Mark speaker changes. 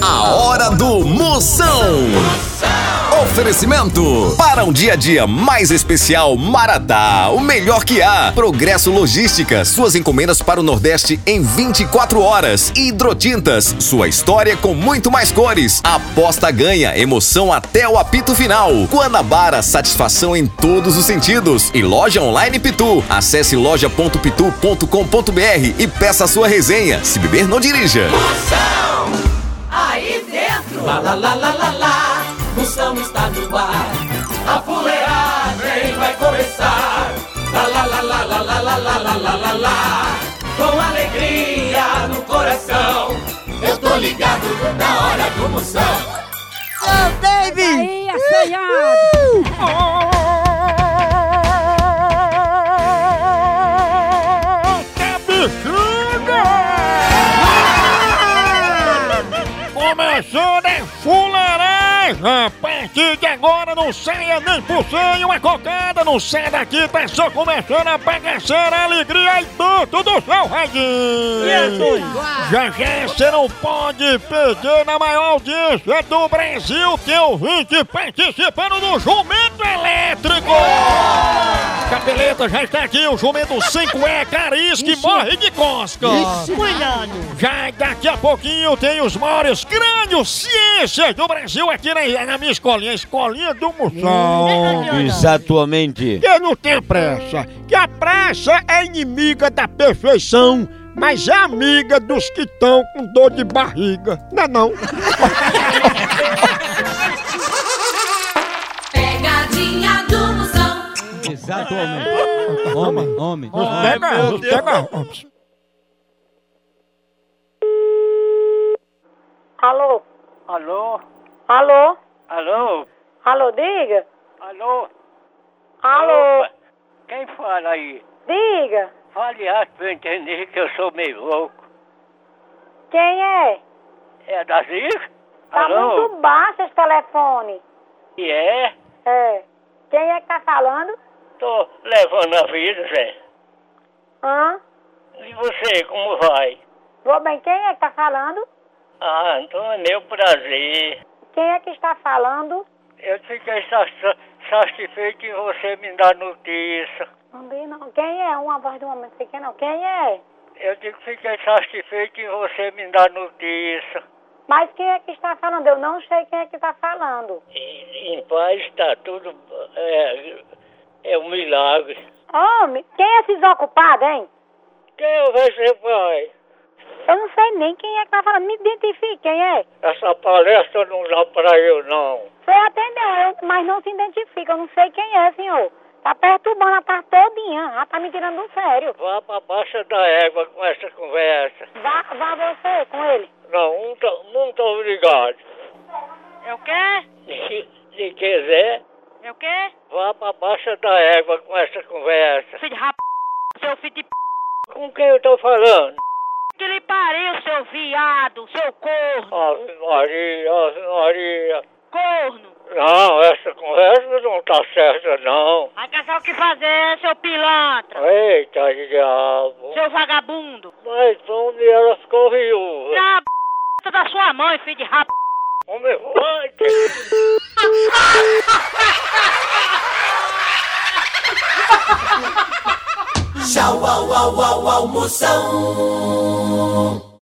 Speaker 1: A hora do Moção. Oferecimento para um dia a dia mais especial Maratá, o melhor que há. Progresso Logística, suas encomendas para o Nordeste em 24 horas. Hidrotintas, sua história com muito mais cores. Aposta ganha, emoção até o apito final. Guanabara, satisfação em todos os sentidos. E loja online Pitu. Acesse loja.pitu.com.br e peça sua resenha. Se beber, não dirija.
Speaker 2: Aí dentro, lá lá lá lá lá lá, moção está no ar. A fuleagem vai começar. Lá lá lá lá lá lá lá lá lá lá lá lá. Com alegria no coração, eu tô ligado na hora do moção.
Speaker 3: Aí, assanhado!
Speaker 4: Tá Eita bexiga! Começando em fularagem! né? A partir de agora não saia nem por sangue uma cocada! Não sai daqui, tá só começando a bagaceira, a alegria e tudo do seu radinho! Já já você não pode perder na maior audiência do Brasil que eu vim te participando do Jumento Elétrico! Capeleta, já está aqui o jumento 5E Caris que morre de cosca. Já daqui a pouquinho tem os maiores grandes ciências do Brasil aqui na, na minha escolinha, a escolinha do Moção.
Speaker 5: Exatamente.
Speaker 4: Eu não tenho pressa, que a pressa é inimiga da perfeição, mas é amiga dos que estão com dor de barriga. Não é não?
Speaker 6: Pegadinha do Moção.
Speaker 5: Exatamente. Homem, homem.
Speaker 4: pega, nos pega.
Speaker 7: Alô?
Speaker 8: Alô?
Speaker 7: Alô?
Speaker 8: Alô?
Speaker 7: Alô, diga?
Speaker 8: Alô?
Speaker 7: Alô?
Speaker 8: Opa, Quem fala aí?
Speaker 7: Diga?
Speaker 8: Fale rápido pra eu entender que eu sou meio louco.
Speaker 7: Quem é?
Speaker 8: É da Zica?
Speaker 7: Tá
Speaker 8: Alô?
Speaker 7: muito baixo esse telefone.
Speaker 8: E é?
Speaker 7: É. Quem é que tá falando?
Speaker 8: Tô levando a vida, Zé.
Speaker 7: Hã?
Speaker 8: E você, como vai?
Speaker 7: Vou bem, quem é que tá falando?
Speaker 8: Ah, então é meu prazer.
Speaker 7: Quem é que está falando?
Speaker 8: Eu fiquei sa- satisfeito em você me dar notícia.
Speaker 7: Não vi, não. Quem é? Uma voz de um homem, não sei quem não. Quem é?
Speaker 8: Eu digo que fiquei satisfeito em você me dar notícia.
Speaker 7: Mas quem é que está falando? Eu não sei quem é que está falando.
Speaker 8: Em, em paz está tudo... É, é um milagre.
Speaker 7: Homem, quem é esse desocupado, hein?
Speaker 8: Quem é você, pai?
Speaker 7: Eu não sei nem quem é que tá falando. Me identifique, quem é?
Speaker 8: Essa palestra não dá pra eu, não.
Speaker 7: Você atendeu, eu- mas não se identifica. Eu não sei quem é, senhor. Tá perturbando a parte todinha. Já tá me tirando do sério.
Speaker 8: Vá pra baixa da égua com essa conversa.
Speaker 7: Vá, vá você com ele.
Speaker 8: Não, muito, muito obrigado.
Speaker 7: Eu quê?
Speaker 8: Se, se quiser,
Speaker 7: Eu quê?
Speaker 8: vá pra baixa da égua com essa conversa.
Speaker 7: Filho de rap... Seu filho de p...
Speaker 8: Com quem eu tô falando?
Speaker 7: Que lhe pariu, seu viado, seu corno,
Speaker 8: Ó, Maria, ó, Maria.
Speaker 7: corno.
Speaker 8: Não, essa conversa não tá certa, não.
Speaker 7: Vai caçar o que fazer, seu pilantra,
Speaker 8: Eita, diabo.
Speaker 7: seu vagabundo.
Speaker 8: Mas onde ela ficou viúva?
Speaker 7: Na p... da sua mãe, filho de rap...
Speaker 8: Homem, vai, é que...
Speaker 2: Tchau, au, au, au, au, moção.